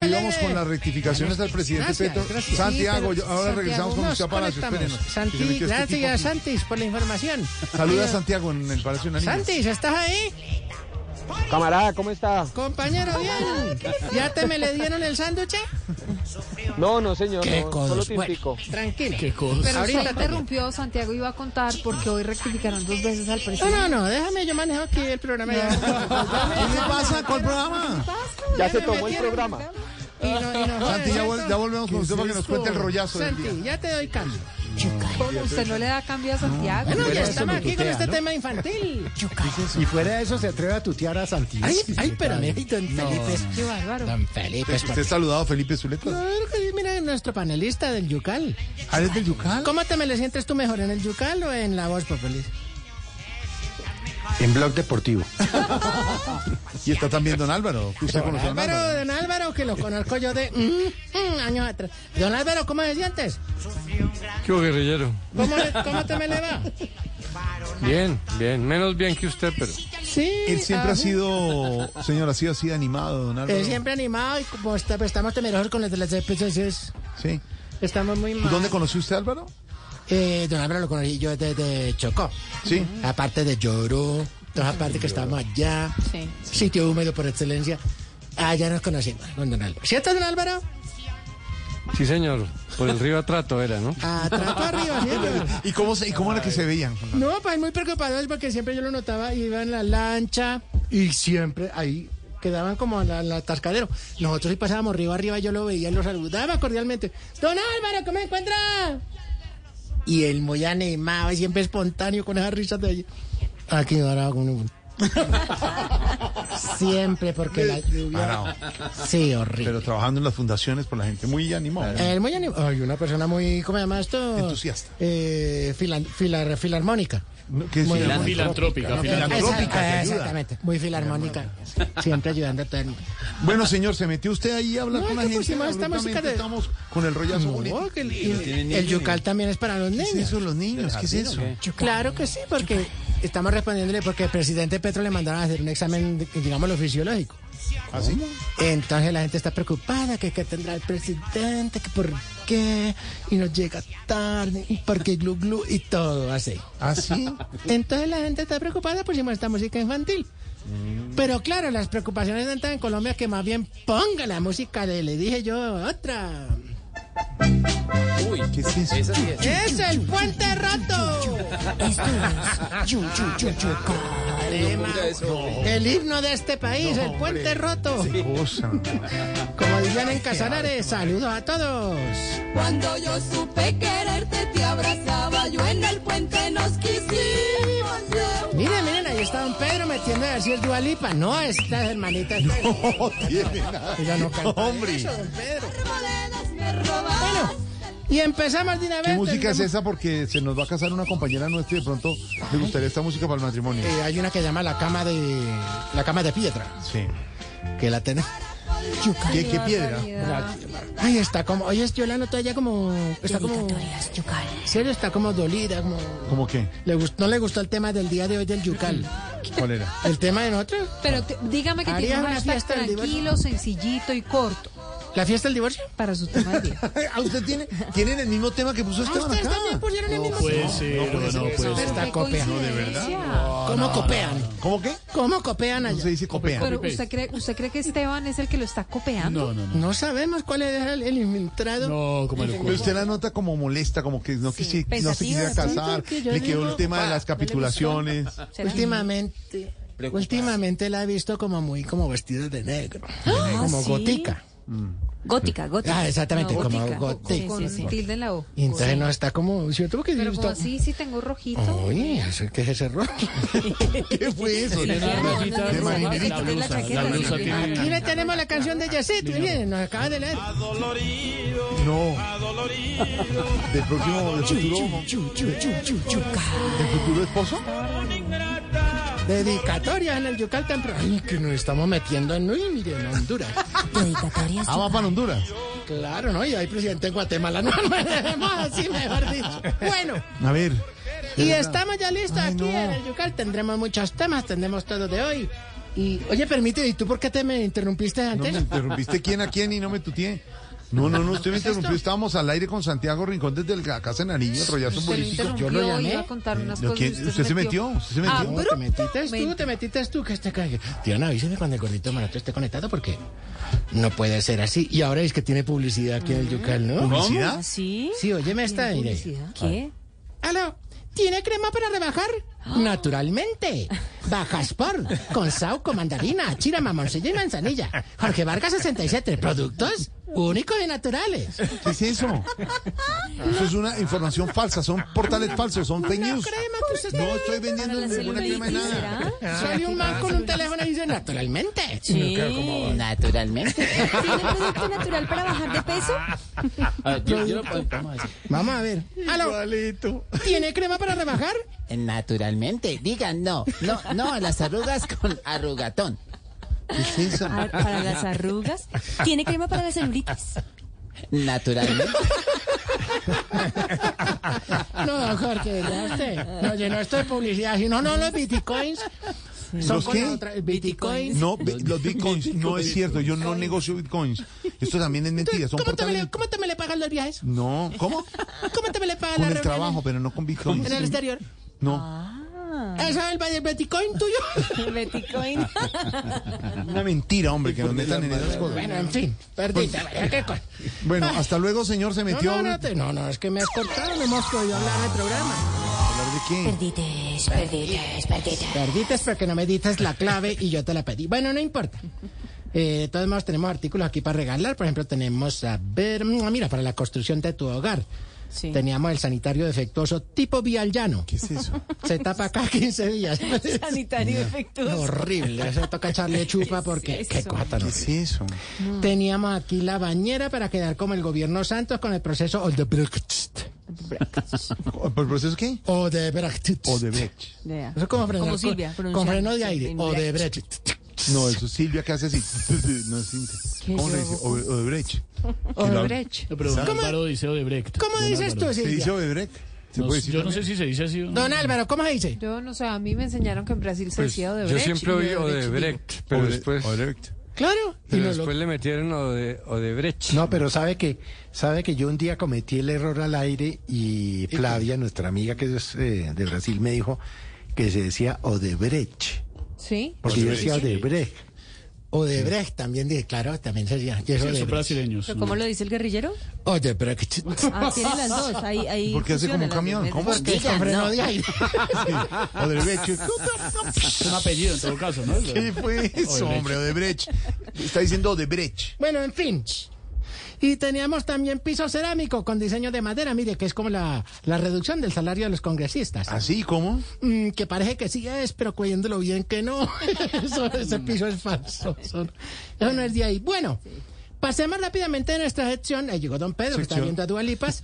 regresamos con las rectificaciones del presidente Gracias, Petro. gracias. Santiago, Sí, yo- pero ahora regresamos con nos usted a Palacio. conectamos. espérenos. Santi, Que yo me quedo este gracias, tipo aquí. Santis, por la información. Saluda a Santiago en el Palacio de Nariño. Santis, ¿estás ahí? Camarada, ¿cómo está? Compañero, bien. ¿Ya te me le dieron el sándwich? No, no, señor. no, solo Bueno, tintico. tranquilo. Pero Pero se ahorita te... interrumpió, Santiago iba a contar porque hoy rectificaron dos veces al No, presidente. no, no, déjame, yo manejo aquí el programa. ya. ¿Qué le pasa? ¿Cuál programa? Ya se tomó el programa. Y no- y no- Santi, ya, vol- ya volvemos con usted para que nos esto? cuente el rollazo del día. Santi, ya te doy cambio. ¿Cómo? Usted no le da cambio a Santiago. Bueno, ya estamos me aquí con tutea, este ¿no? tema infantil. Y fuera de eso se atreve a tutear a Santi. Ay, ay, pero me don Felipe. Qué bárbaro. Don Felipe. es ¿Usted ha saludado a Felipe Zuleta? Claro que sí, Mira, nuestro panelista del Yucal. ¿Ah, es del Yucal? ¿Cómo te me le sientes tú mejor, en el Yucal o en la voz popular? En blog deportivo. Y está también don Álvaro. que Usted conoce a don Álvaro. Álvaro, don Álvaro, que lo conozco yo de mm, mm, años atrás. Don Álvaro, ¿cómo te sientes? ¿Qué hubo, guerrillero? ¿Cómo, le- cómo te me le va? Bien, bien, menos bien que usted, pero Sí. Él siempre ajá. ha sido, señor, ha sido así de animado, don Álvaro. Eh, siempre animado y como está- pues, estamos temerosos con las de las especies. Sí. Estamos muy mal. ¿Dónde conoció usted, Álvaro? Eh, don Álvaro lo conocí yo desde Chocó. Sí. Aparte de Lloró, todas partes que estábamos allá. Sí. Sitio húmedo por excelencia. Allá nos conocimos con don Álvaro. ¿Cierto, don Álvaro? sí, señor, por el río Atrato era, ¿no? Atrato arriba, ¿sí? señor? ¿Y cómo, se- y cómo era que se veían? No, pues muy preocupados porque siempre yo lo notaba, iba en la lancha, Y siempre ahí. quedaban como al al atascadero. Nosotros sí pasábamos río arriba, yo lo veía, lo saludaba cordialmente. Don Álvaro, ¿cómo me encuentra? Y él muy animado y siempre espontáneo con esas risas de allí. Aquí varado con un... Siempre porque la lluvia... Parado. Sí, horrible. Pero trabajando en las fundaciones por la gente. Muy animado. Él Eh, muy animado. Ay, una persona muy, ¿cómo se llama esto? Entusiasta. Eh, filan- filar- filarmónica. No, ¿qué decía? Filan- filantrópica, Filantrópica, Exact- que ayuda. Exactamente, muy filarmónica. Siempre ayudando a todo el mundo. Bueno, señor, se metió usted ahí a hablar No, con la es que gente. pusimos esta música abruptamente de- Estamos con el rollazo bonito. No, que el, el- el yucal también es para los ¿Qué niños. es eso, los niños? ¿Qué es eso? Claro que sí, porque estamos respondiéndole porque el presidente Petro le mandaron a hacer un examen, de- digamos, lo fisiológico. ¿Así? Entonces la gente está preocupada, que qué tendrá el presidente, que por qué, y nos llega tarde, y porque glu glu y todo así. ¿Así? Entonces la gente está preocupada, pusimos esta música infantil. Mm. Pero claro, las preocupaciones están en Colombia que más bien ponga la música de, le dije yo, otra. ¿Qué es eso? ¡Es el puente roto! El himno de este país, el puente roto. ¿Qué cosa? Como dicen en Casanare, saludos a todos. Cuando yo supe quererte te abrazaba, yo en el puente nos quisimos. de- Miren, miren, ahí está don Pedro metiendo a ver si es Dualipa. No, estas hermanitas. No tiene nada. Ella no canta Hombre. eso, don Pedro. Arboledas me robabas. Bueno, y empezamos de una vez. ¿Qué música es Terminamos- esa? Porque se nos va a casar una compañera nuestra y de pronto le gustaría esta música para el matrimonio. Eh, hay una que llama la cama de la cama de piedra Sí. que la tenemos ¿Qué, qué piedra? ay está como oye yo la noto allá como está como serio está como dolida como ¿Cómo qué? le gust- no le gustó el tema del día de hoy del yucal ¿Cuál era? el tema de nosotros Pero que- dígame que Haría tiene un una hashtag fiesta del tranquilo, divorcio. sencillito y corto la fiesta del divorcio para su tema del día. Eh, ¿A usted tiene, tienen el mismo tema que puso Ah, Esteban ustedes acá? también pusieron el mismo Puede ser, o no, puede ser. Está Qué copia. No, de verdad. coincidencia. cómo copean ¿Cómo qué? cómo copean ¿Cómo allá se dice copea? Pero usted cree, usted cree que Esteban es el que lo está copeando. No, no, no. no sabemos cuál es el, el infiltrado No, como el Pero usted la nota como molesta, como que no, quisi- pues no se pensativa, quisiera sí, casar, porque yo le quedó digo, el tema de pa, las no le gustó. capitulaciones. ¿Será? últimamente últimamente la he visto como muy como vestida de negro Ah, como sí. gotica Gótica, gótica. Ah, exactamente, No, como gótica. Con, Sí, sí, sí. tilde en la O. y entonces no está como cierto porque Pero como está- así, sí tengo rojito. Oye, ¿eso- ¿qué es ese rock? ¿Qué fue eso? De marinerito. La chaqueta, La sí. blusa tiene- Aquí le tenemos la canción de Yesit, miren, nos acaba de leer. No. ¿Del próximo, del futuro, del futuro esposo? Dedicatorias en el Yucal tan pro- Ay, que nos estamos metiendo en, uy, miren, en Honduras. Ah, va para Honduras. Claro, ¿no? Y hay presidente en Guatemala, no me dejemos así, mejor dicho. Bueno. A ver. Y estamos ya listos Ay, aquí no. en el Yucal. Tendremos muchos temas, tendremos todo de hoy. Y, oye, permite, ¿y tú por qué te me interrumpiste No me antes? interrumpiste quién a quién y no me tutié. No, no, no, Pues usted me interrumpió. Estábamos al aire con Santiago Rincón desde el- la casa de Nariño, el rollazo Usted me político. interrumpió, yo lo llamé. iba a contar unas No, cosas. ¿quién? y ¿Usted se metió? ¿Usted se Ah, metió? No, pero te metiste tú, Ven. te metiste tú, que este cague. Diana, avísame cuando el gordito Marato esté conectado porque no puede ser así. Y ahora es que tiene publicidad aquí en el Yucal, ¿no? ¿Publicidad? ¿Ah, ¿Sí? Sí, óyeme esta. Ah. ¿Tiene mire. publicidad? ¿Qué? Aló, ¿tiene crema para rebajar? Ah. Naturalmente. Bajaspor, con sauco, mandarina, chira, mamoncilla y manzanilla. Jorge Vargas 67, productos únicos y naturales. ¿Qué es eso? Eso es una información falsa, son portales falsos, son fake news. crema que usted está No estoy ¿Para vendiendo la ninguna crema de celulitis nada. será? Sale un man con un teléfono y dice, naturalmente. Ah. Sí. Naturalmente. ¿Tiene producto natural para bajar de peso? Ah, Vamos a ver. Aló. ¿Tiene crema para rebajar? Eh, Naturalmente. Digan no. No, no a las arrugas con arrugatón. ¿Qué es eso? A ver, ¿Para las arrugas? ¿Tiene crema para la celulitis? Naturalmente. No, Jorge, de ¿verdad usted? No, llenó esto de publicidad. Si no, no, los bitcoins son ¿Los con qué? la otra- Bitcoins. No, bi- los bitcoins, no es cierto, yo no negocio bitcoins. Esto también es mentira, son ¿Cómo te, me portales... le, ¿Cómo te me le pagan los viajes? No, ¿cómo? ¿Cómo te me le pagan Con las el reuniones trabajo, pero no con bitcoins. En el exterior. No, ¿Eso es el ba- el bitcoin tuyo? Beticoin. una mentira, hombre, que nos metan en esas cosas. Bueno, en fin, perdita. bueno, ¿qué cosa? Bueno, hasta luego, señor, se No, pues, metió... no, no, te- no, no, es que me has cortado, no hemos podido hablar del programa. ¿Hablar de qué? Perdites, perdites, perdites. Perdites porque no me dices la clave y yo te la pedí. Bueno, no importa. Eh, de todos modos, tenemos artículos aquí para regalar. Por ejemplo, tenemos, a ver, mm, mira, para la construcción de tu hogar. Sí. Teníamos el sanitario defectuoso tipo vial llano. ¿Qué es eso? Se tapa acá 15 días. Sanitario efectuoso. Horrible, se toca echarle chupa porque... es qué eso? Mm. cosa tan ¿Qué horrible. es eso? Teníamos aquí la bañera para quedar como el gobierno Santos con el proceso Odebrecht. ¿Por el proceso qué? Odebrecht. O de Brecht. Vea. Eso es como frenar Como con- Silvia, con, pronunciar- freno de sí, aire. Odebrecht. No, eso es Silvia que hace así. No es Cintia. Qué ¿Cómo se dice? loco. Obe- Odebrecht. Odebrecht. No, pero don Álvaro dice Odebrecht. ¿Cómo Don dices Álvaro. tú, ¿Se Silvia? dice Odebrecht? ¿Se No, puede decir yo no sé también? si se dice así. o no. Don Álvaro, ¿cómo se dice? Yo no sé, a mí me enseñaron que en Brasil se Pues, decía yo Odebrecht. siempre y oí Odebrecht. Odebrecht, pero Ode- después, Odebrecht. Claro. Y pero no lo- después le metieron Ode- Odebrecht. No, pero sabe que, sabe que yo un día cometí el error al aire y Flavia, nuestra amiga que es eh, de Brasil, me dijo que se decía Odebrecht. Sí. Porque yo decía Odebrecht. Odebrecht también dice, claro, también sería. y es Sí, son Odebrecht. brasileños. ¿Pero cómo lo dice el guerrillero? Odebrecht. Ah, tiene las dos. Ahí, ahí ¿Por qué hace como un funcionan las camión? dos. ¿Cómo? Que es con freno de aire. Odebrecht. Es un apellido en todo caso, ¿no? ¿Qué fue eso, hombre? Odebrecht. Está diciendo Odebrecht. Bueno, en fin. Y teníamos también piso cerámico con diseño de madera, mire, que es como la, la reducción del salario de los congresistas. ¿Así? ¿Cómo? Mm, que parece que sí es, pero creyéndolo bien que no. Eso, ese piso es falso. Eso, no- eso no es de ahí. Bueno, pasemos rápidamente a nuestra sección. Ahí llegó don Pedro, que está Sección. viendo a Dualipas.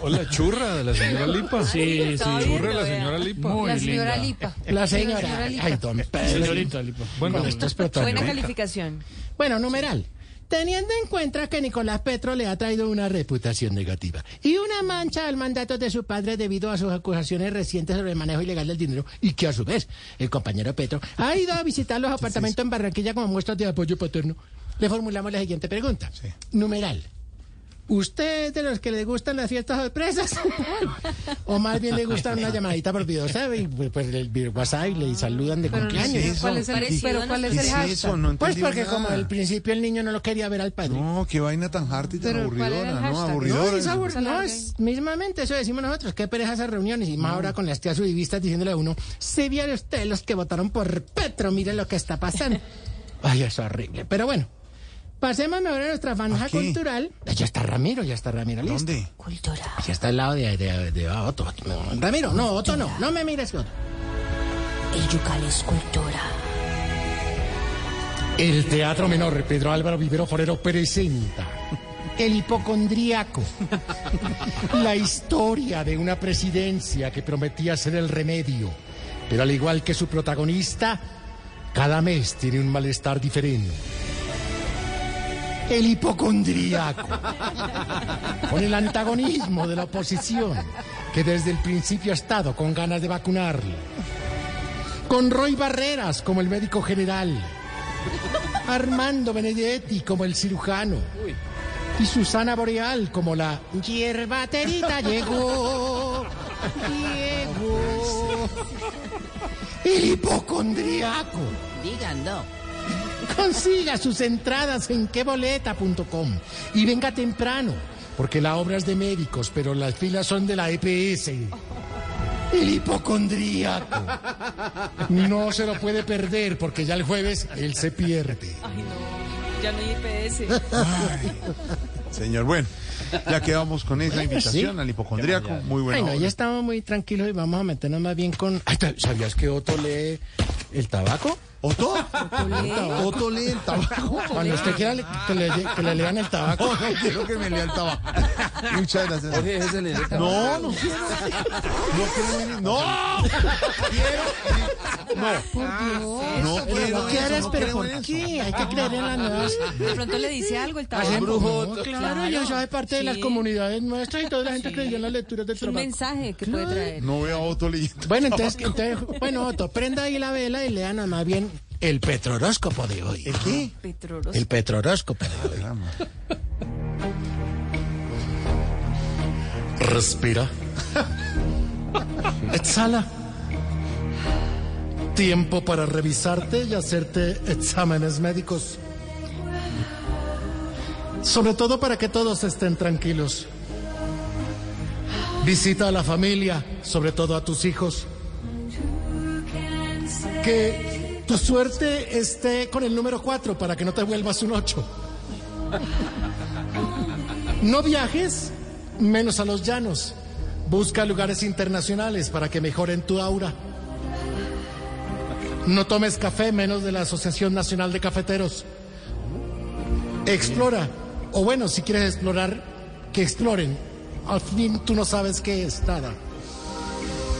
Hola, churra de la señora Lipa. pues. Sí, sí. Churra de la señora Lipa. Muy La señora linda. Lipa. La señora. señora Lipa. Ay, don Pedro. Señorita Lipa. Bueno, Esto es Pues Buena protagonista. calificación. Bueno, numeral. Teniendo en cuenta que Nicolás Petro le ha traído una reputación negativa y una mancha al mandato de su padre debido a sus acusaciones recientes sobre el manejo ilegal del dinero y que a su vez el compañero Petro ha ido a visitar los apartamentos en Barranquilla como muestras de apoyo paterno, le formulamos la siguiente pregunta. Sí. Numeral. ¿Usted es de los que le gustan las fiestas sorpresas? ¿O más bien le gusta una llamadita por video, ¿sabe? Y pues pues, el video WhatsApp y le saludan de Pero no cumpleaños. sé eso? cuál es ¿Qué- el, pero cuál ¿Qué es el es eso? hashtag. No Pues entendí porque nada. como al principio el niño no lo quería ver al padre. No, pues, qué vaina tan harta y tan Pero, ¿cuál era el aburridora, ¿no? hashtag? No, Aburridora. es abur- Esa no, larga. es mismamente eso decimos nosotros. Qué pereza esas reuniones. Y más ahora con las tías sudivistas diciéndole a uno, se vieron ustedes los que votaron por Petro, miren lo que está pasando. Ay, es horrible. Pero bueno, pasemos mejor a nuestra franja Aquí. cultural. Ya está Ramiro, ya está Ramiro. listo. ¿Dónde? Ya está al lado de, de, de Otto. No, Ramiro, no, Otto no. No me mires, Otto. El Teatro Menor Pedro Álvaro Vivero Forero presenta El hipocondríaco. La historia de una presidencia que prometía ser el remedio, pero al igual que su protagonista, cada mes tiene un malestar diferente. El hipocondríaco. Con el antagonismo de la oposición, que desde el principio ha estado con ganas de vacunarlo. Con Roy Barreras como el médico general. Armando Benedetti como el cirujano. Y Susana Boreal como la hierbaterita llegó. Llegó. El hipocondriaco. Díganlo. Consiga sus entradas en queboleta.com y venga temprano, porque la obra es de médicos, pero las filas son de la EPS. El hipocondríaco. No se lo puede perder porque ya el jueves él se pierde. Ya no hay IPS. Señor, bueno, ya quedamos con esa invitación al hipocondríaco. Muy buena. obra. Bueno, ya estamos muy tranquilos y vamos a meternos más bien con... Ay, ¿Sabías que Otto lee el tabaco? ¿Otto? lee. ¿Otto lee el tabaco? Cuando usted quiera le- que le, que le lean el tabaco. Oh, no quiero que me lea el tabaco. Muchas gracias. No, no quiero. No quiero. venir- No. Quiero. No. No Pero quiero. no quieres, eso, no pero creo ¿por eso. qué? Hay que creer en las nuevas. De pronto le dice algo el Ah, tabaco. no, claro, yo soy parte de las comunidades nuestras y toda la gente creyó en las lecturas del Es un tabaco. mensaje que puede traer. No veo a Otto leyendo. Bueno, entonces, entonces, bueno, Otto, prenda ahí la vela y lea nada más bien el petroróscopo de hoy. ¿El qué? Petroros. El petroróscopo de hoy. Respira. Exhala. Tiempo para revisarte y hacerte exámenes médicos. Sobre todo para que todos estén tranquilos. Visita a la familia, sobre todo a tus hijos. Que tu suerte esté con el número 4 para que no te vuelvas un 8. No viajes menos a los llanos. Busca lugares internacionales para que mejoren tu aura. No tomes café menos de la Asociación Nacional de Cafeteros. Explora, o bueno, si quieres explorar, que exploren. Al fin tú no sabes qué es nada.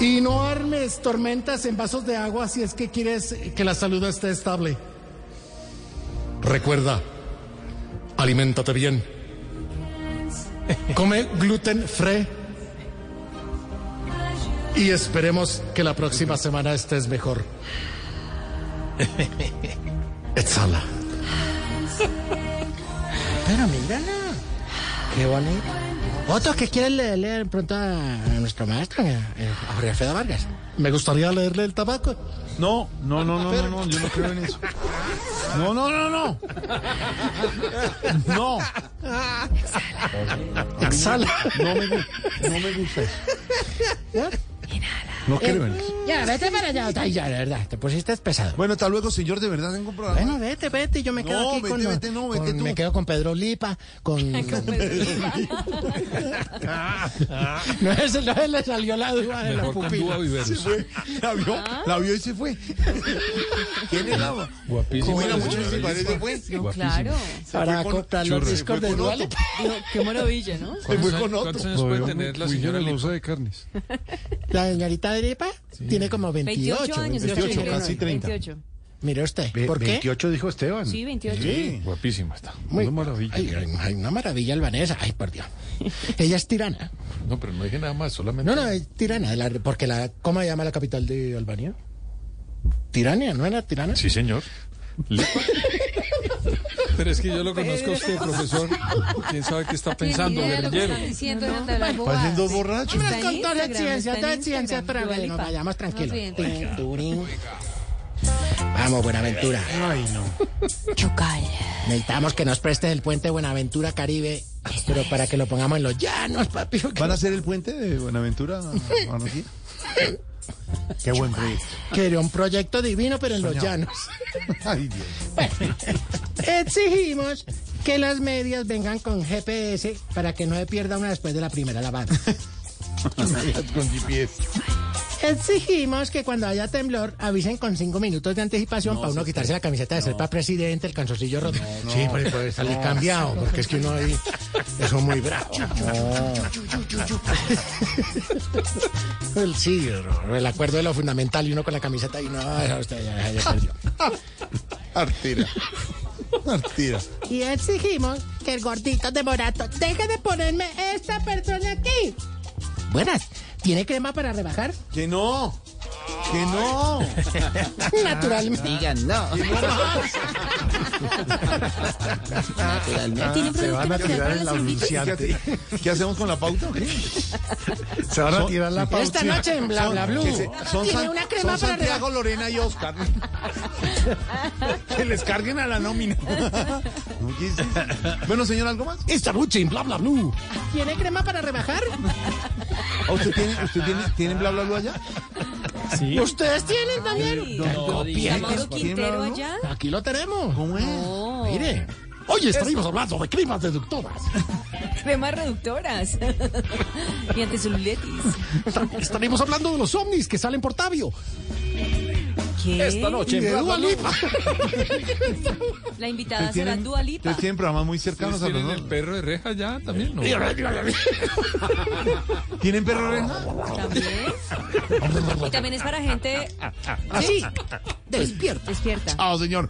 Y no armes tormentas en vasos de agua si es que quieres que la salud esté estable. Recuerda, aliméntate bien. Come gluten free. Y esperemos que la próxima semana estés mejor. Exhala. Pero mírala. Qué bonito. Otro que quieres leer, leer pronto a nuestro maestro, a Jorge Alfredo Vargas. Me gustaría leerle el tabaco. No, no, no, no, no, no, yo no creo en eso. No, no, no, no. No. Exhala. No me, gu- no me gusta eso. No creo en eso. Ya, vete para allá. Ay, ya, de verdad, te pusiste pesado. Bueno, hasta luego, señor. De verdad tengo un programa. Bueno, vete, vete, yo me No, quedo aquí vete, con... vete, no, vete con- tú. Me quedo con Pedro Lipa, con... no, ese no se le salió la duda Ah, de la Mejor con pupila. Dúa Se Viveros. fue. La vio, la vio y se fue. ¿Quién era? Guapísimo. ¿Cómo era mucho que se parece? Fue. Se No, claro. Para fue con- comprar los se discos fue de con Dua otro. Lipa. Digo, qué maravilla, ¿no? Se fue con otro. ¿Cuántos años puede Lo veo tener la muy señora generosa Lipa? de carnes? La señorita de Lipa tiene como 28. 28 años. 28, creo. casi 30. 28. Mire usted, Ve- ¿por qué? 28 dijo Esteban. Mm. Sí, 28. Sí. Guapísima está. Muy- Una maravilla. Ay, ay, ay, una maravilla albanesa. Ay, por Dios. Ella es tirana. No, pero no dije nada más, solamente. No, no, es tirana. de la- porque la, ¿Cómo se llama la capital de Albania? Tirania, ¿no era tirana? Sí, señor. Lipa. Pero es que yo lo conozco a usted, profesor. ¿Quién sabe qué está pensando, Ni idea de lo que guerrillero? están diciendo, no, de las bobadas. Parecen dos borrachos. Está Vámonos en con todo de Instagram, ciencia, está todo en de ciencia, Instagram, pero Dua bueno, Lipa. vayamos tranquilos. Más bien. Tin, turín. Vamos, Buenaventura. Ay, no. Chucal. Necesitamos que nos prestes el puente Buenaventura Caribe, pero para que lo pongamos en los llanos, papi. porque- ¿Van a hacer el puente de Buenaventura a Barranquilla? Qué buen proyecto. Quería un proyecto divino, pero en los Soñado. llanos. Ay, Dios. Exigimos que las medias vengan con GPS para que no se pierda una después de la primera lavada. Con GPS. Exigimos que cuando haya temblor avisen con cinco minutos de anticipación para uno quitarse la camiseta de ser para presidente, el canzoncillo roto. sí, porque puede salir cambiado, porque es que uno ahí es un muy bravo. el sí, el acuerdo de lo fundamental y uno con la camiseta y no, ya usted ya- ya perdió. Artira. Artira. Y exigimos que el gordito de Morato deje de ponerme esta persona aquí. Buenas, ¿tiene crema para rebajar? Que no. que no? Naturalmente. Digan no. Ah, Se van a tirar el ¿Qué, anunciante. qué hacemos con la pauta? o qué? Se van a Son- tirar la pauta. Esta noche en Bla Son- Bla Blue. que se- son Tiene San- una crema son para Santiago, regalar. Lorena y Oscar. que les carguen a la nómina. No, ¿qué es eso? bueno, señor, ¿algo más? Esta noche en Bla Bla Blue. ¿Tiene crema para rebajar? Ah, ¿Usted tiene, usted tiene, tienen bla bla bla allá? Sí. ¿Ustedes tienen también? Mauro Quintero allá. Aquí lo tenemos. ¿Cómo es? No. Mire. Hoy estaremos hablando de cremas deductoras. Cremas reductoras. y anticelulitis. Estaremos hablando de los ovnis que salen por Tabio. ¿Qué? Esta noche en De Bla Bla Blue. Dua Lipa. La invitada Ustedes será tienen, Dua Lipa. ustedes tienen programas muy cercanos a los ¿Tienen el nuestros. perro de reja ya también? No. ¿Tienen perro reja? También. y también es para gente Así. Despierta. despierta. Ah, señor.